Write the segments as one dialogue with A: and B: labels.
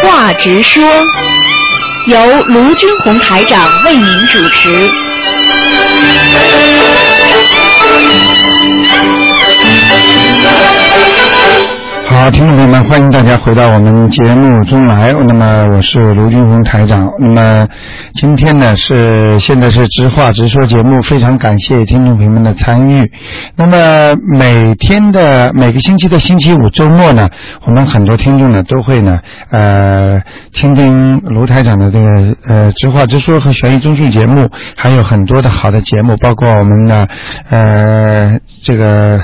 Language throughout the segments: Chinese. A: 话直说，由卢军红台长为您主持。
B: 好，听众朋友们，欢迎大家回到我们节目中来。那么我是卢军红台长。那么今天呢是现在是直话直说节目，非常感谢听众朋友们的参与。那么每天的每个星期的星期五周末呢，我们很多听众呢都会呢呃听听卢台长的这个呃直话直说和悬疑综述节目，还有很多的好的节目，包括我们的呃这个。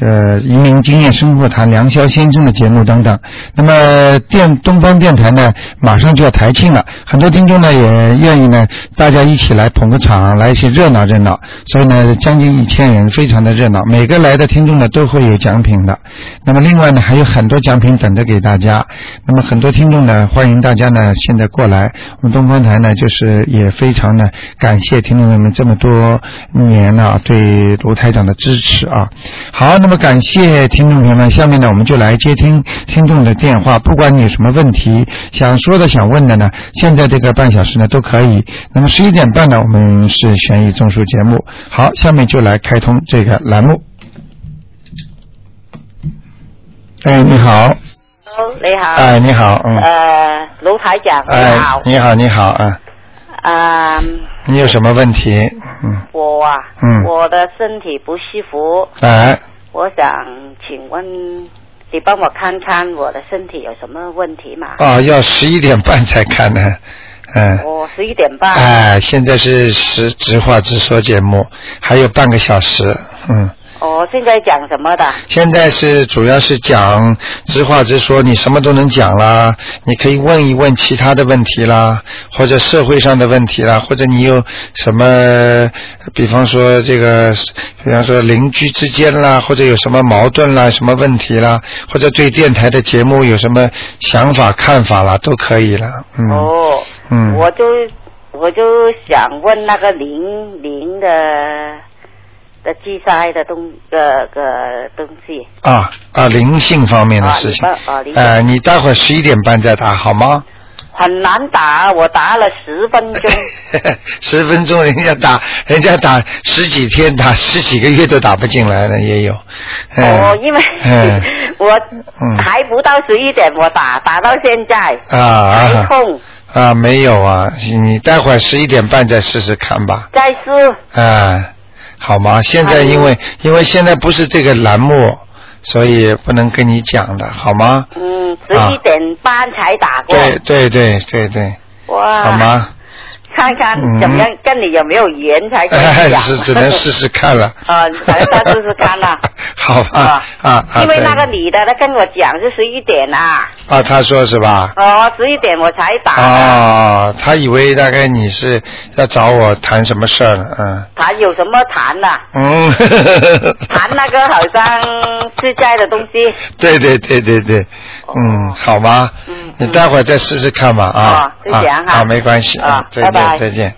B: 呃，移民经验生活谈梁霄先生的节目等等。那么电东方电台呢，马上就要台庆了，很多听众呢也愿意呢，大家一起来捧个场，来一起热闹热闹。所以呢，将近一千人，非常的热闹。每个来的听众呢都会有奖品的。那么另外呢，还有很多奖品等着给大家。那么很多听众呢，欢迎大家呢现在过来。我们东方台呢，就是也非常呢感谢听众朋友们这么多年呢、对卢台长的支持啊。好，那么感谢听众朋友们，下面呢我们就来接听听众的电话，不管你有什么问题想说的、想问的呢，现在这个半小时呢都可以。那么十一点半呢，我们是悬疑综述节目。好，下面就来开通这个栏目。哎，你好，
C: Hello，你好。
B: 哎，你好，嗯，
C: 呃，卢台长，
B: 哎
C: 你好，。
B: 你好，你好啊，
C: 啊、
B: 你有什么问题？嗯，
C: 我啊，
B: 嗯
C: 我的身体不舒服，
B: 哎，
C: 我想请问你帮我看看我的身体有什么问题嘛？
B: 哦，要十一点半才看呢，嗯。
C: 我十一点半，
B: 哎，现在是实直话直说节目，还有半个小时。嗯，
C: 我现在讲什么的？
B: 现在是主要是讲直话直说，你什么都能讲啦，你可以问一问其他的问题啦，或者社会上的问题啦，或者你有什么，比方说这个，比方说邻居之间啦，或者有什么矛盾啦，什么问题啦，或者对电台的节目有什么想法看法啦，都可以了。嗯，
C: 哦，
B: 嗯
C: 我就我就想问那个零零的的积灾的东个个东西，
B: 啊啊，灵性方面的事情。
C: 啊你帮啊灵性
B: 呃，你待会儿十一点半再打好吗？
C: 很难打，我打了十分钟。
B: 十分钟，人家打，人家打十几天，打十几个月都打不进来了，也有。嗯、
C: 哦，因为、
B: 嗯嗯
C: 我还不到十一点，我打打到现在
B: 啊
C: 还
B: 啊
C: 痛，
B: 啊，没有啊，你待会儿十一点半再试试看吧。
C: 再是
B: 啊，好吗？现在因为、因为现在不是这个栏目，所以不能跟你讲的，好吗？
C: 嗯十
B: 啊
C: 一点半才打过，
B: 对对对对对，好
C: 哇，
B: 吗？
C: 看看
B: 嗯哎
C: 怎么样，跟你有没有缘才可以讲，
B: 是 只能试试看了。
C: 啊反正再试试看啦
B: 好吧，啊啊，
C: 因为
B: 对
C: 那个女的她跟我讲是十一点啊，
B: 啊，他说是吧？
C: 哦十一点我才打的，
B: 哦，他以为大概你是要找我谈什么事儿呢？嗯
C: 她有什么谈呐、
B: 嗯，
C: 谈那个好像是在的东西，
B: 对对对对对，嗯，
C: 哦
B: 好吗？
C: 嗯
B: 你待会儿再试试看吧啊
C: 哦。是这样哈
B: 啊，没关系
C: 啊
B: 再
C: 拜
B: 见
C: 拜
B: 再见。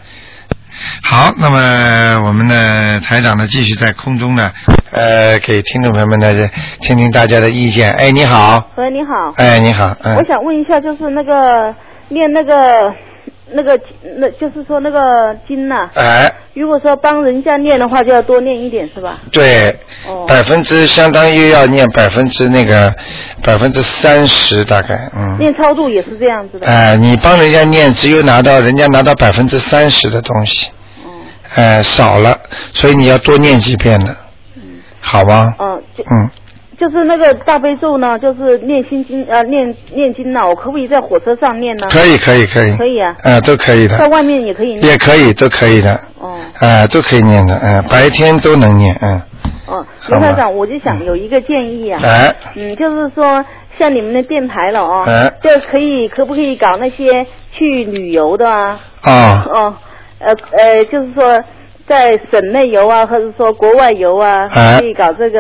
B: 好，那么我们的台长呢，继续在空中呢，呃，给听众朋友们呢，听听大家的意见。哎，你好，
D: 喂，你好，
B: 哎，你好，嗯，
D: 我想问一下，就是那个念那个那个那，就是说那个经呐、
B: 哎，
D: 如果说帮人家念的话，就要多念一点，是吧？
B: 对，
D: 哦
B: 百分之相当于要念百分之那个百分之三十大概，嗯，
D: 念超度也是这样子的。
B: 哎、你帮人家念，只有拿到人家拿到百分之三十的东西，
D: 哦，
B: 哎、少了，所以你要多念几遍的，好吗？
D: 嗯，就
B: 嗯，
D: 就是那个大悲咒呢，就是念心经呃，念念经呢，我可不可以在火车上念呢？
B: 可以，可以，可以，
D: 可以啊
B: 呃都可以
D: 在
B: 的，
D: 外面也可以念。
B: 也可以，都可以的，
D: 哦
B: 啊、都可以念的，嗯、白天都能念，嗯、
D: 哦，
B: 好吧
D: 刘台长，我就想有一个建议啊，
B: 哎、
D: 嗯，就是说像你们的电台了哦，
B: 哎
D: 就可以可不可以搞那些去旅游的啊？
B: 哦，
D: 哦，呃呃，就是说在省内游啊，或者说国外游啊，
B: 哎
D: 可以搞这个。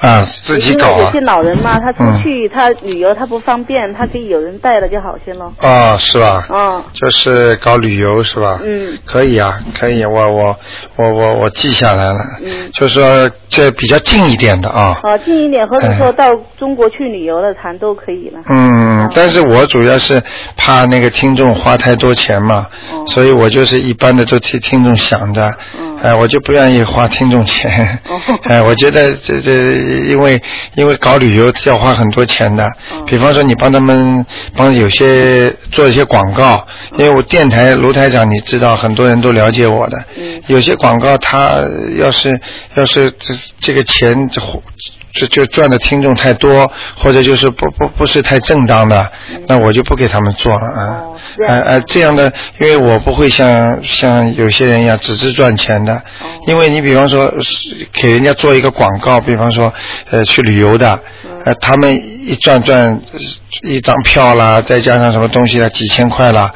B: 啊，自己搞
D: 因为有
B: 啊
D: 些。老人嘛，他出
B: 嗯
D: 去、他旅游他不方便，他可以有人带了就好些咯。
B: 哦，是吧？
D: 嗯
B: 就是搞旅游是吧？
D: 嗯
B: 可以啊，可以，我我我我我记下来了。
D: 嗯
B: 就是说这比较近一点的啊。
D: 啊，近一点，或者
B: 哎
D: 说到中国去旅游了，咱都可以了。
B: 嗯
D: 哦，
B: 但是我主要是怕那个听众花太多钱嘛，
D: 哦
B: 所以我就是一般的都替听众想着，
D: 嗯
B: 哎，我就不愿意花听众钱，
D: 哦
B: 哎，我觉得这这因为因为搞旅游要花很多钱的，
D: 嗯
B: 比方说你帮他们帮有些做一些广
D: 哦
B: 告，因为我电台卢台长你知道很多人都了解我的，
D: 嗯
B: 有些广告他要是要是这这个钱这这就赚的听众太多，或者就是不不不是太正当的，那我就不给他们做了啊
D: 哦是。这
B: 哎
D: 样
B: 哎，这样的，因为我不会像像有些人一样只是赚钱的，因为你比方说是给人家做一个广告，比方说呃去旅游的，呃他们一赚赚呃一张票啦，再加上什么东西啦，几千块啦。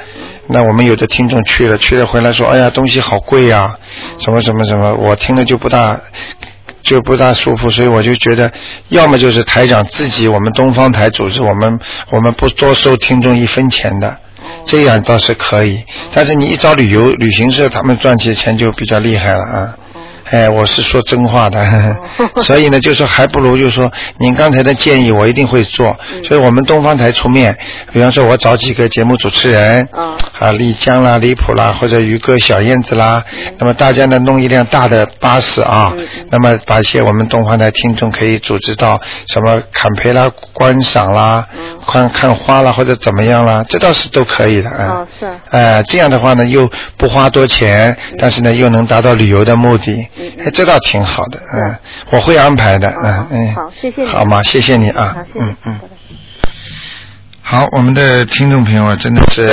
B: 那我们有的听众去了，去了回来说，哎呀，东西好贵呀、什么什么什么，我听了就不大就不大舒服，所以我就觉得，要么就是台长自己，我们东方台组织，我们我们不多收听众一分钱的，这样倒是可以。但是你一找旅游旅行社，他们赚起钱就比较厉害了啊。哎，我是说真话的， 所以呢，就说还不如就说您刚才的建议，我一定会做。所以我们东方台出面，比方说我找几个节目主持人，
D: 嗯
B: 啊，丽江啦、离谱啦，或者于哥、小燕子啦，那么大家呢弄一辆大的巴士啊，那么把一些我们东方台听众可以组织到什么坎培拉观赏啦、看看花啦或者怎么样啦，这倒是都可以的啊。
D: 哦是啊
B: 呃，这样的话呢，又不花多钱，但是呢，又能达到旅游的目的，哎，这倒挺好的，嗯，我会安排的，嗯
D: 好
B: 嗯，
D: 好谢谢你
B: 好吗？谢谢你啊
D: 好，谢谢
B: 嗯嗯
D: 拜拜，
B: 好，我们的听众朋友啊，真的是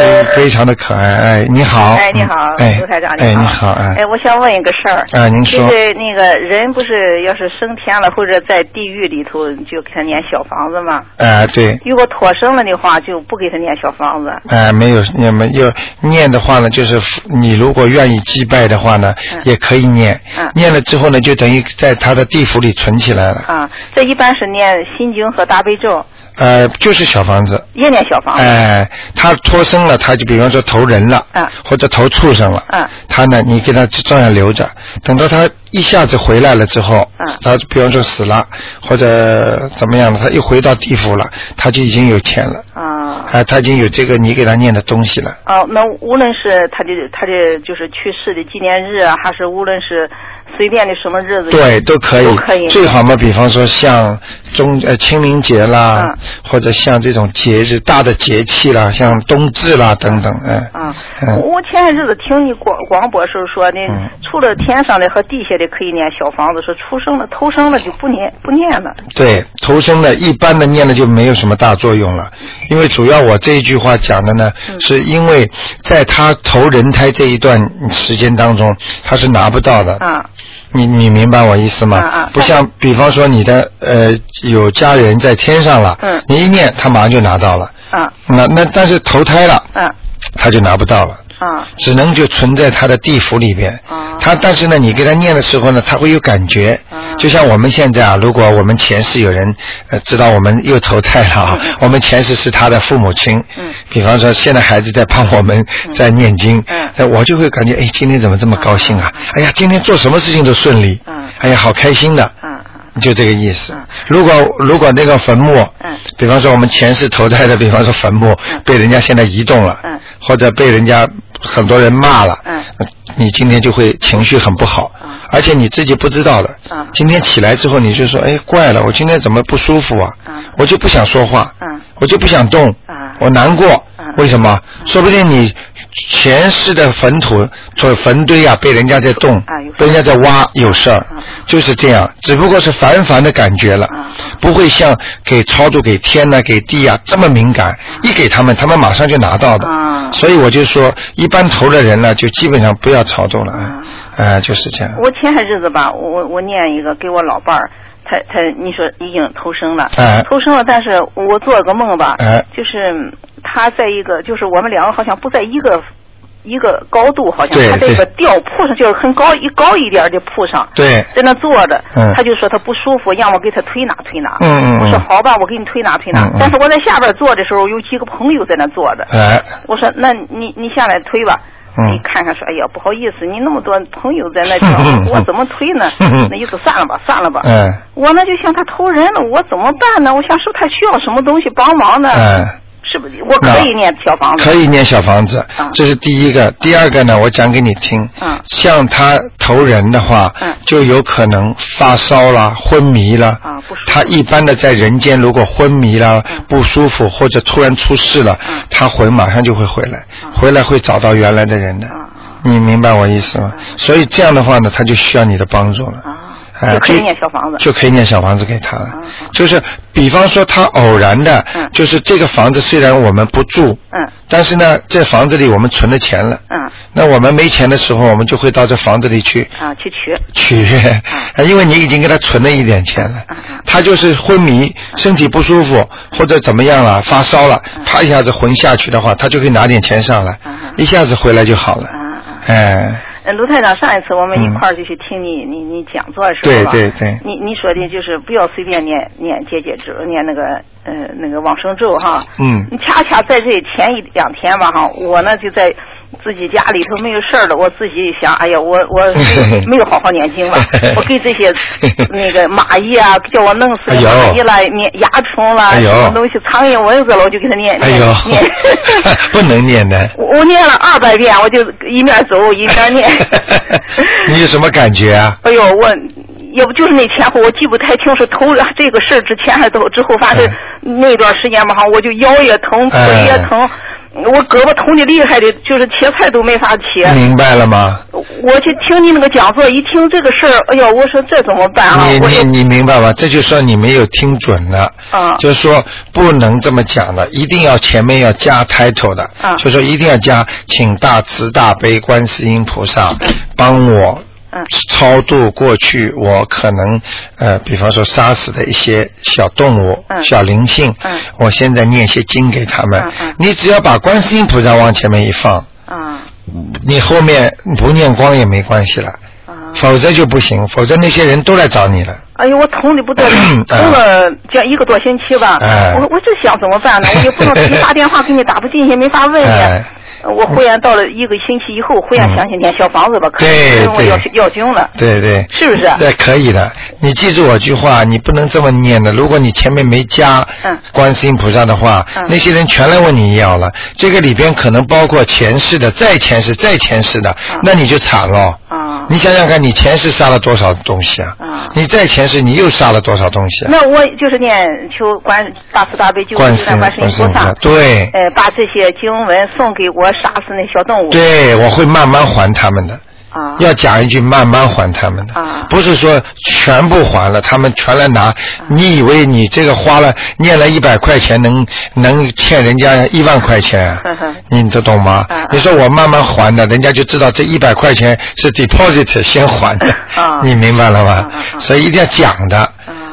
B: 非非常的可爱，哎，你好，
E: 哎，你好，
B: 嗯哎，
E: 卢台长，
B: 哎，
E: 好，
B: 你好，哎
E: 哎，，我想问一个事儿。
B: 哎您说
E: 就是那个人不是要是升天了，或者在地狱里头，你就给他念小房子嘛。
B: 哎，对。
E: 如果脱生了的话，就不给他念小房子。
B: 哎，没有，你们要念的话呢，就是你如果愿意祭拜的话呢，
E: 嗯
B: 也可以念。
E: 嗯
B: 念了之后呢，就等于在他的地府里存起来了。
E: 啊，这一般是念心经和大悲咒，
B: 呃，就是小房子。
E: 也念小房子。
B: 哎、他脱生了，他就比方说投人了，
E: 嗯
B: 或者投畜生了，
E: 嗯
B: 他呢，你给他照样留着，等到他一下子回来了之后，
E: 嗯
B: 他比方说死了或者怎么样了，他一回到地府了，他就已经有钱了，
E: 啊
B: 啊、。他已经有这个你给他念的东西了。
E: 哦，那无论是他的他的就是去世的纪念日啊，还是无论是随便的什么日子，
B: 对，都可以，
E: 嗯都可以
B: 最好嘛，比方说像中呃清明节啦，
E: 嗯
B: 或者像这种节日大的节气啦，像冬至啦等等，哎、
E: 啊，
B: 嗯
E: 我前些日子听你广广播时候说呢，
B: 嗯
E: 除了天上的和地下的可以念小房子，说出生了、投生了就不念不念了。
B: 对，投生的一般的念了就没有什么大作用了，因为主要我这一句话讲的呢，
E: 嗯
B: 是因为在他投人胎这一段时间当中，他是拿不到的。
E: 啊
B: 你你明白我意思吗？
E: 啊啊
B: 不像比方说你的呃有家人在天上了，
E: 嗯
B: 你一念他马上就拿到了，
E: 啊
B: 那那但是投胎了，
E: 啊
B: 他就拿不到了。
E: 啊！
B: 只能就存在他的地府里边。
E: 啊
B: 他但是呢，你给他念的时候呢，他会有感觉。
E: 啊
B: 就像我们现在啊，如果我们前世有人呃知道我们又投胎了啊， 我们前世是他的父母亲。
E: 嗯。
B: 比方说，现在孩子在帮我们在念经，
E: 嗯
B: 那我就会感觉哎，今天怎么这么高兴啊？哎呀，今天做什么事情都顺利。
E: 嗯
B: 哎呀，好开心的。
E: 啊啊
B: 就这个意思
E: 嗯。
B: 如果如果那个坟墓，
E: 嗯
B: 比方说我们前世投胎的，比方说坟墓
E: 嗯
B: 被人家现在移动了，
E: 嗯
B: 或者被人家很多人骂了，
E: 嗯
B: 你今天就会情绪很不好，
E: 嗯
B: 而且你自己不知道的。
E: 嗯
B: 今天起来之后，你就说，哎，怪了，我今天怎么不舒服啊？
E: 嗯
B: 我就不想说话，
E: 嗯
B: 我就不想动，
E: 嗯
B: 我难过，
E: 嗯
B: 为什么？说不定你前世的坟土、这坟堆啊，被人家在动，
E: 啊有事儿
B: 被人家在挖，有事儿
E: 嗯，
B: 就是这样，只不过是凡凡的感觉了
E: 嗯，
B: 不会像给超度、给天呐、给地啊这么敏感，一给他们，他们马上就拿到的。
E: 嗯
B: 所以我就说，一般投的人呢，就基本上不要超度了，啊
E: 嗯、
B: 哎就是这样。
E: 我前些日子吧，我我我念一个给我老伴儿。他他，你说已经投生了，
B: 哎
E: 投生了，但是我 做了个梦吧，
B: 哎
E: 就是他在一个，就是我们两个好像不在一个
F: 一个高度，好
B: 对
F: 像他这个
B: 对
F: 吊铺上就是很高一高一点儿的铺上，
B: 对，
F: 在那坐着，
B: 嗯
F: 他就说他不舒服，让我给他推拿推拿。
B: 嗯嗯
F: 我说
B: 嗯，
F: 好吧，我给你推拿推拿。
B: 嗯嗯
F: 但是我在下边坐的时候，有几个朋友在那坐着，
B: 哎，
F: 我说那你你下来推吧。你
B: 嗯，？
F: 看看说，哎呀，不好意思，你那么多朋友在那叫，我怎么推呢那意思算了吧，算了吧。
B: 哎，
F: 我呢就向他投人了，我怎么办呢？我想说他需要什么东西帮忙呢？
B: 哎，
F: 是不是？我可以念小房子
B: 啊可。以念小房子
F: 嗯，
B: 这是第一个。第二个呢，我讲给你听，
F: 嗯
B: 像他投人的话
F: 嗯，
B: 就有可能发烧啦、昏迷啦。
F: 啊，不舒服。
B: 他一般的在人间，如果昏迷了、
F: 嗯
B: 不舒服或者突然出事了
F: 嗯，
B: 他回马上就会回来，回来会找到原来的人的。
F: 啊
B: 你明白我意思吗？所以这样的话呢，他就需要你的帮助了。
F: 嗯啊
B: 哎
F: 啊！就可以念小房子。
B: 就可以念小房子给他了
F: 嗯嗯。
B: 就是比方说他偶然的
F: 嗯，
B: 就是这个房子虽然我们不住，
F: 嗯
B: 但是呢，这房子里我们存了钱了。
F: 嗯
B: 那我们没钱的时候，我们就会到这房子里去
F: 啊，去取。
B: 取， 因为你已经给他存了一点钱了。
F: 嗯嗯
B: 他就是昏迷，身体不舒服或者怎么样了，发烧了，啪一下子昏下去的话，他就可以拿点钱上来
F: 嗯嗯，
B: 一下子回来就好了。
F: 嗯嗯。
B: 哎，
F: 嗯，卢台长，上一次我们
B: 嗯
F: 一块儿就去听你、你你讲座的时候吧
B: 对对对
F: 你你说的就是不要随便念念解解咒，念那个呃那个往生咒哈。
B: 嗯
F: 恰恰在这前一两天吧哈，我呢就在自己家里头没有事儿了，我自己想，哎呀，我我没 有没有好好念经吧，我给这些那个蚂蚁啊，叫我弄死
B: 哎
F: 的
B: 呦
F: 蚂蚁啦，念蚜虫啦，
B: 哎呦
F: 什么东西苍蝇蚊子了，我就给他念
B: 哎
F: 念
B: 呦
F: 念。，
B: 不能念的。。
F: 我我念了二百遍，我就一面走一面 念
B: 你有什么感觉啊？
F: 哎呦，我也不就是那前后，我记不太清是头这个事儿之前还是头之后，反
B: 哎
F: 正那段时间吧，哈，我就腰也疼，腿也疼，我胳膊疼的厉害的，就是切菜都没法切。
B: 明白了吗？
F: 我去听你那个讲座，一听这个事儿，哎呦，我说这怎么办啊？
B: 你
F: 我说，
B: 你你明白吧？这就说你没有听准了，
F: 啊
B: 就是说不能这么讲的，一定要前面要加 title 的，
F: 啊
B: 就说一定要加，请大慈大悲观世音菩萨帮我
F: 嗯
B: 超度过去我可能呃，比方说杀死的一些小动物、
F: 嗯
B: 小灵性，
F: 嗯
B: 我现在念些经给他们，
F: 嗯嗯
B: 你只要把观世音菩萨往前面一放，
F: 啊
B: 你后面不念光也没关系了。
F: 啊，
B: 否则就不行，否则那些人都来找你了。，
F: 哎呦，我疼的不得了疼了这一个多星期吧。
B: 嗯哎
F: 我我这想怎么办呢？我也 不能没打电话给你打不进去，没法问你。
B: 哎
F: 我忽然到了一个星期以后，忽然
B: 嗯
F: 想起念小房子吧，可能
B: 对
F: 我要
B: 对
F: 要经了，
B: 对对，
F: 是不啊是？
B: 对，可以的。你记住我句话，你不能这么念的。如果你前面没加
F: 嗯
B: 观世音菩萨的话，
F: 嗯
B: 那些人全来问你要了。这个里边可能包括前世的、再前世、再前世的，
F: 嗯
B: 那你就惨了。
F: 啊，
B: 你想想看，你前世杀了多少东西啊？
F: 啊
B: 你再前世你又杀了多少东西啊？
F: 那我就是念求观大慈大悲救苦
B: 观
F: 救
B: 世
F: 难
B: 音
F: 观世音
B: 观世音
F: 菩
B: 菩萨
F: 萨，，
B: 对
F: 呃，把这些经文送给我杀死那小动物。
B: 对，我会慢慢还他们的。
F: 啊，
B: 要讲一句，慢慢还他们的，
F: 啊
B: 不是说全部还了，他们全来拿。你以为你这个花了念了一百块钱能能欠人家一万块钱 啊
F: 呵呵？
B: 你你这懂吗
F: 啊啊？
B: 你说我慢慢还的，人家就知道这一百块钱是 deposit 先还的
F: 啊，
B: 你明白了吗
F: 啊啊？啊啊
B: 所以一定要讲的。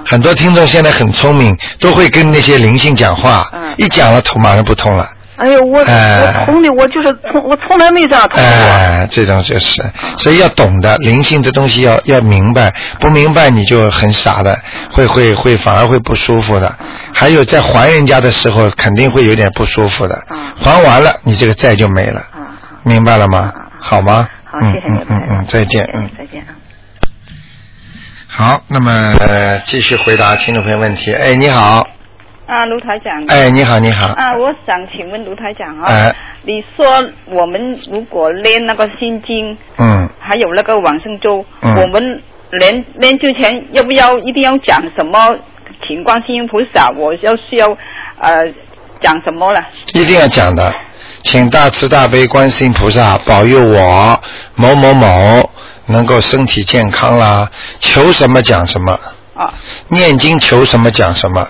B: 很多听众现在很聪明，都会跟那些灵性讲话
F: 嗯，
B: 一讲了头马上不通了。
F: 哎呦，我
B: 哎
F: 我疼的，我就是从我从来没有这样疼过。
B: 哎，这种就是，所以要懂得灵性这东西要要明白，不明白你就很傻的，会会会反而会不舒服的。还有在还人家的时候，肯定会有点不舒服的
F: 嗯。
B: 还完了，你这个债就没了，
F: 啊，
B: 明白了吗？好吗？
F: 好，
B: 嗯
F: 谢谢你，
B: 嗯嗯嗯，再见，嗯。
F: 再见啊。
B: 好，那么呃，继续回答听众朋友问题。哎，你好，
G: 啊，卢台长。
B: 哎，你好，你好，
G: 啊，我想请问卢台长啊，
B: 哎
G: 你说我们如果练那个心经，
B: 嗯，
G: 还有那个往生咒，
B: 嗯
G: 我们练练之前要不要一定要讲什么？请观世音菩萨，我要需要呃讲什么了？
B: 一定要讲的，请大慈大悲观世音菩萨保佑我某某某能够身体健康啦，求什么讲什么，
G: 啊，
B: 念经求什么讲什么。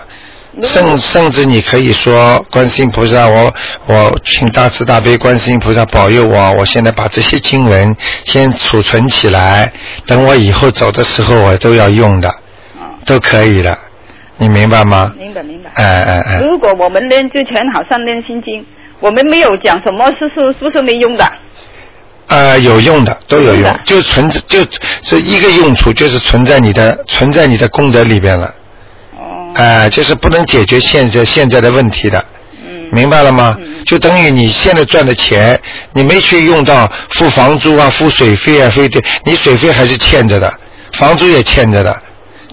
G: 如果
B: 甚甚至你可以说，观世音菩萨，我我请大慈大悲观世音菩萨保佑我，我现在把这些经文先储存起来，等我以后走的时候我都要用的，
G: 啊，
B: 都可以的，你明白吗？
G: 明白明白。
B: 哎哎哎，
G: 如果我们练之前好像练心经，我们没有讲什么，是是是不是没用的？
B: 呃，有用的，都有
F: 有用
B: 用
F: 的，
B: 就存就是一个用处，就是存在你的存在你的功德里边了。
F: 哦，
B: 哎，这是不能解决现在现在的问题的，
F: 嗯，
B: 明白了吗
F: 嗯？
B: 就等于你现在赚的钱，你没去用到付房租啊、付水费啊、费电，你水费还是欠着的，房租也欠着的。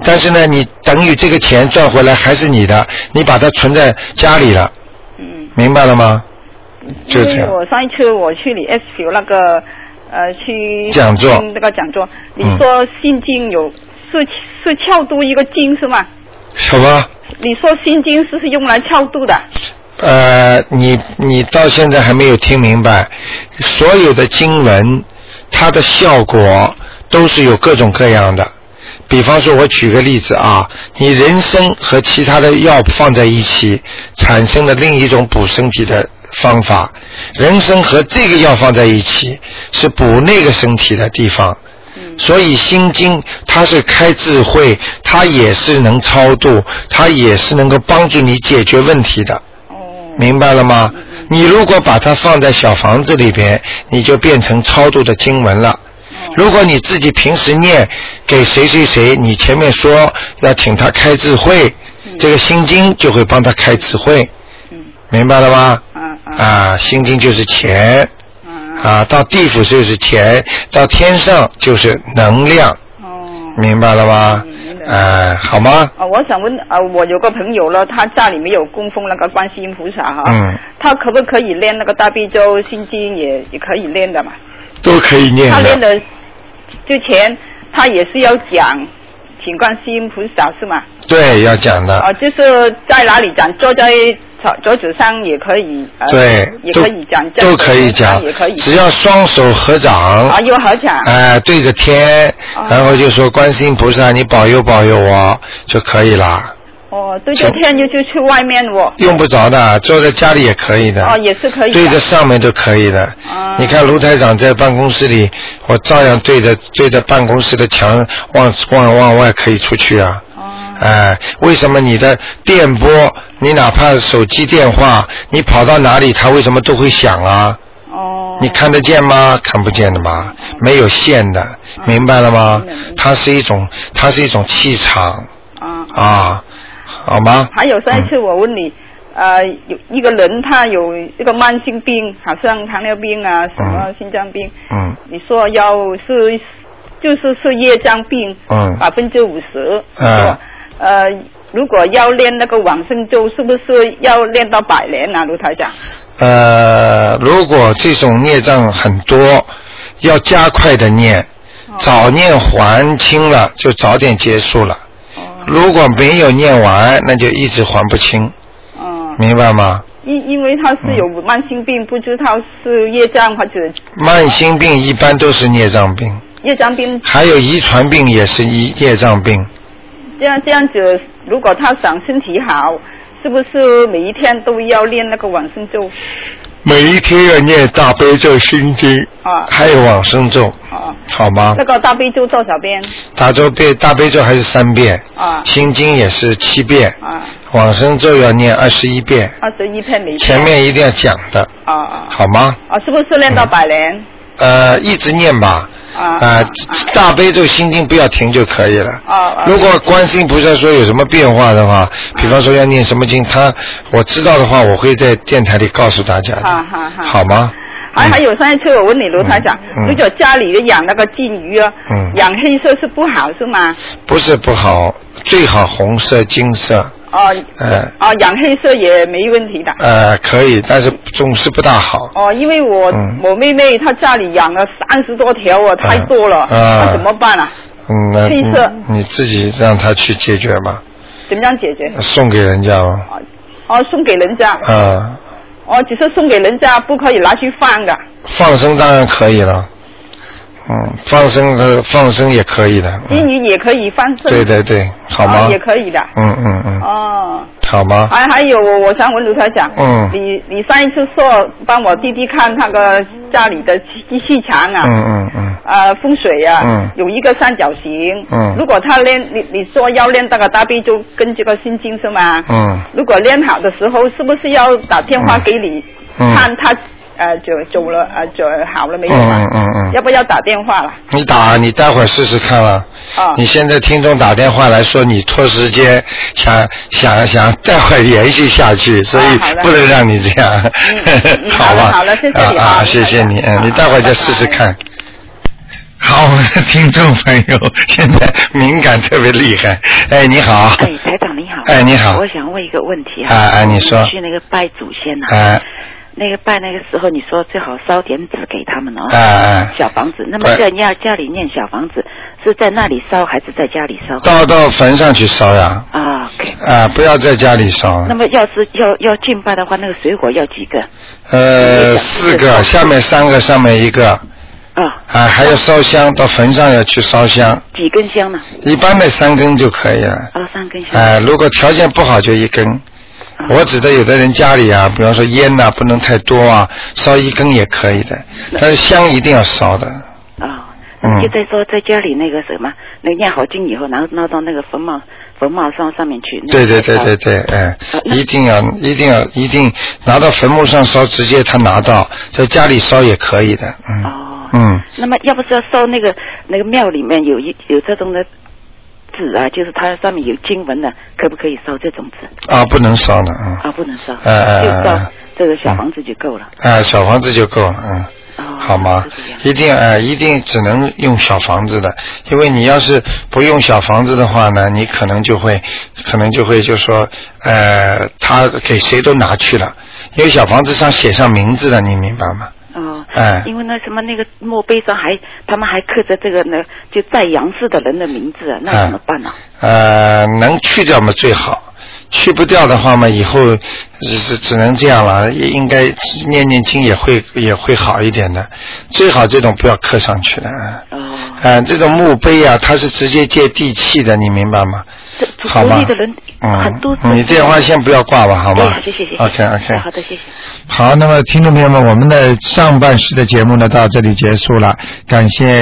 B: 但是呢，你等于这个钱赚回来还是你的，你把它存在家里了，
F: 嗯，
B: 明白了吗？
F: 因
B: 就这
F: 为
B: 样。
F: 我上一次我去你 S 九那个呃去
B: 讲座
F: 听那个讲座，你
B: 嗯
F: 说心经有是是撬度一个经是吗？
B: 什么？
F: 你说心经是是用来撬度的，
B: 呃，你你到现在还没有听明白，所有的经文它的效果都是有各种各样的。比方说，我举个例子啊，你人参和其他的药放在一起，产生了另一种补身体的方法。人参和这个药放在一起，是补那个身体的地方。所以《心经》它是开智慧，它也是能超度，它也是能够帮助你解决问题的。
F: 哦，
B: 嗯明白了吗？你如果把它放在小房子里边，你就变成超度的经文了。
F: 哦
B: 如果你自己平时念给谁谁谁，你前面说要请他开智慧，这个心经就会帮他开智慧，
F: 嗯，
B: 明白了吗？
F: 啊啊
B: 啊，心经就是钱
F: 啊，
B: 啊，到地府就是钱，到天上就是能量，
F: 哦。
B: 明白了吗
F: 嗯明？白
B: 啊，好吗？
F: 啊，我想问啊，我有个朋友了，他家里没有供奉那个观世音菩萨哈，
B: 嗯，
F: 他可不可以练那个大悲咒、心经也也可以练的嘛？
B: 都可以念
F: 他练
B: 的。
F: 的之前，他也是要讲请观世音菩萨是吗？
B: 对，要讲的。
F: 啊，就是在哪里讲，坐在桌桌子上也可以，呃、
B: 对，
F: 也
B: 都
F: 可以讲，在
B: 都可以
F: 桌子上
B: 讲，
F: 也可以
B: 只要双手合掌，
F: 啊，
B: 哎、
F: 又好讲，
B: 对着天，
F: 哦
B: 然后就说观世音菩萨，你保佑保佑我就可以啦，
F: 哦，对着
B: 就
F: 天就就去外面哦，
B: 用不着的，坐在家里也可以的，
F: 哦，也是可以
B: 对
F: 的
B: 着，上面都可以的。
F: 啊
B: 你看卢台长在办公室里，我照样对着对着办公室的墙往往往外可以出去啊。
F: 哦，
B: 哎，为什么你的电波，你哪怕手机电话，你跑到哪里，它为什么都会响啊？
F: 哦，
B: 你看得见吗？看不见的吗？没有线的，明白了吗
F: 明白明白？
B: 它是一种，它是一种气场
F: 啊。
B: 啊，好吗？
F: 还有上一次我问你，
B: 嗯
F: 呃，有一个人他有一个慢性病，好像糖尿病啊，什么
B: 嗯
F: 心脏病，
B: 嗯
F: 你说要是就是是业障病，
B: 嗯
F: 百分之五十，
B: 嗯
F: 呃，如果要练那个往生咒，是不是要练到百年啊，卢台长？
B: 呃，如果这种孽障很多，要加快的念，
F: 哦
B: 早念还清了就早点结束了。
F: 哦，
B: 如果没有念完，那就一直还不清，
F: 哦，
B: 明白吗？
F: 因因为他是有慢性病，不知道是业障或者
B: 慢性病一般都是孽障病，
F: 业障病
B: 还有遗传病也是一孽障病。
F: 这样这样子，如果他想身体好，是不是每一天都要练那个往生咒？
B: 每一天要念大悲咒、心经，
F: 啊
B: 还有往生咒，
F: 啊，
B: 好吗
F: 那？个大悲咒多少遍？
B: 大咒背大悲咒还是三遍，
F: 啊
B: 心经也是七遍，
F: 啊，
B: 往生咒要念二十一遍，
F: 二十一篇每天。
B: 前面一定要讲的，
F: 啊啊
B: 好吗？
F: 啊，是不是练
B: 嗯
F: 到百年？
B: 呃，一直念吧，
F: 啊
B: 呃
F: 啊，
B: 大悲咒、心经不要停就可以了。
F: 啊啊
B: 如果观世音菩萨说有什么变化的话，比方说要念什么经，他我知道的话，我会在电台里告诉大家的，
F: 好好好
B: 好吗？
F: 还、还有上一次我问你卢台长，
B: 嗯嗯嗯
F: 如果家里养那个金鱼啊，
B: 嗯
F: 养黑色是不好是吗？
B: 不是不好，最好红色、金色，
F: 哦、
B: 呃
F: 哦，养黑色也没问题的。
B: 呃可以，但是总是不大好。
F: 哦，因为我、
B: 嗯
F: 我妹妹她家里养了三十多条啊，太多了，那、
B: 啊
F: 怎么办啊？
B: 嗯，那
F: 黑色
B: 你你自己让他去解决吧，
F: 怎么样解决？
B: 送给人家吧。
F: 哦哦，送给人家，
B: 啊，
F: 哦，只是送给人家，不可以拿去放的。
B: 放生当然可以了，嗯，放生呃放生也可以的。
F: 金
B: 嗯、
F: 鱼也可以放生，
B: 对对对，好吗？
F: 哦也可以的。
B: 嗯嗯嗯，
F: 哦，
B: 好吗？
F: 还还有我我想问卢台长，
B: 嗯
F: 你你上一次说帮我弟弟看那个家里的气气场啊，
B: 嗯嗯嗯，
F: 啊，风水啊，
B: 嗯
F: 有一个三角形。
B: 嗯
F: 如果他练，你你说要练那个大悲咒跟这个心经是吗？
B: 嗯
F: 如果练好的时候，是不是要打电话
B: 嗯
F: 给你，
B: 嗯
F: 看他呃做做了呃做好了没有啊？
B: 嗯嗯嗯，
F: 要不要打电话了？
B: 你打，你待会儿试试看了。
F: 啊
B: 你现在听众打电话来说你拖时间，想想想待会儿延续下去，所以
F: 好的
B: 不能让你这样
F: 嗯嗯，好的
B: 吧？
F: 好的谢谢你
B: 啊
F: 啊
B: 啊，
F: 你
B: 谢谢
F: 好的
B: 你，嗯，你
F: 好
B: 待会儿
F: 拜
B: 再
F: 拜
B: 试试看。好，我们的听众朋友现在敏感特别厉害。哎，你好。
H: 哎，台长你好。
B: 哎你好
H: 我想问一个问题
B: 哎哎你说
H: 去那个拜祖先呐、
B: 哎
H: 那个拜那个时候，你说最好烧点纸给他们哦。
B: 哎哎，
H: 小房子，那么
B: 对
H: 在家家里念小房子，是在那里烧还是在家里烧？
B: 到到坟上去烧呀，
H: 啊，OK。
B: 啊，不要在家里烧
H: 那。么要是要要敬拜的话，那个水火要几个？
B: 呃，四个，下面三个，上面一个。
H: 啊，
B: 啊，还有烧香，到坟上要去烧香，
H: 几根香呢？
B: 一般的三根就可以了。
H: 啊，三根香。
B: 哎、如果条件不好就一根。我指的有的人家里啊，比方说烟呐、不能太多啊，烧一根也可以的，但是香一定要烧的。
H: 啊，
B: 嗯
H: 就在说在家里那个什么，那个念好经以后，然后拿到那个坟墓坟墓上上面去。那
B: 对
H: 个
B: 对对
H: 烧
B: 对对，哎、
H: 啊那
B: 一定要一定要一定拿到坟墓上烧，直接他拿到，在家里烧也可以的，嗯、
H: 哦
B: 嗯，
H: 那么要不是要烧那个那个庙里面有一有这种的纸啊，就是它上面有经文的，可不可以烧这种纸
B: 啊，不能烧了，嗯，
H: 啊？不能烧，
B: 哎哎
H: 就
B: 哎哎
H: 烧这个小房子就够了。
B: 啊，小房子就够了，嗯。
H: 哦，
B: 好吗
H: 是这样？
B: 一定哎、呃一定只能用小房子的，因为你要是不用小房子的话呢，你可能就会，可能就会就说，呃，他给谁都拿去了，因为小房子上写上名字的，你明白吗？
H: 哦，
B: 哎
H: 因为那什么那个墓碑上还他们还刻着这个呢，就在杨氏的人的名字啊，
B: 嗯
H: 那怎么办呢、
B: 呃，能去掉嘛最好，去不掉的话嘛，以后只只只能这样了，也应该念念经也会也会好一点的，最好这种不要刻上去了。啊、
H: 哦，
B: 呃这种墓碑啊，它是直接接地气的，你明白吗？
H: 这
B: 好
H: 主
B: 吧
H: 力的人很多。
B: 嗯。你电话先不要挂吧，好吗
H: 哎？谢谢谢谢。
B: OK OK
H: 哎。好的，谢谢。
B: 好，那么听众朋友们，我们的上半时的节目呢到这里结束了，感谢。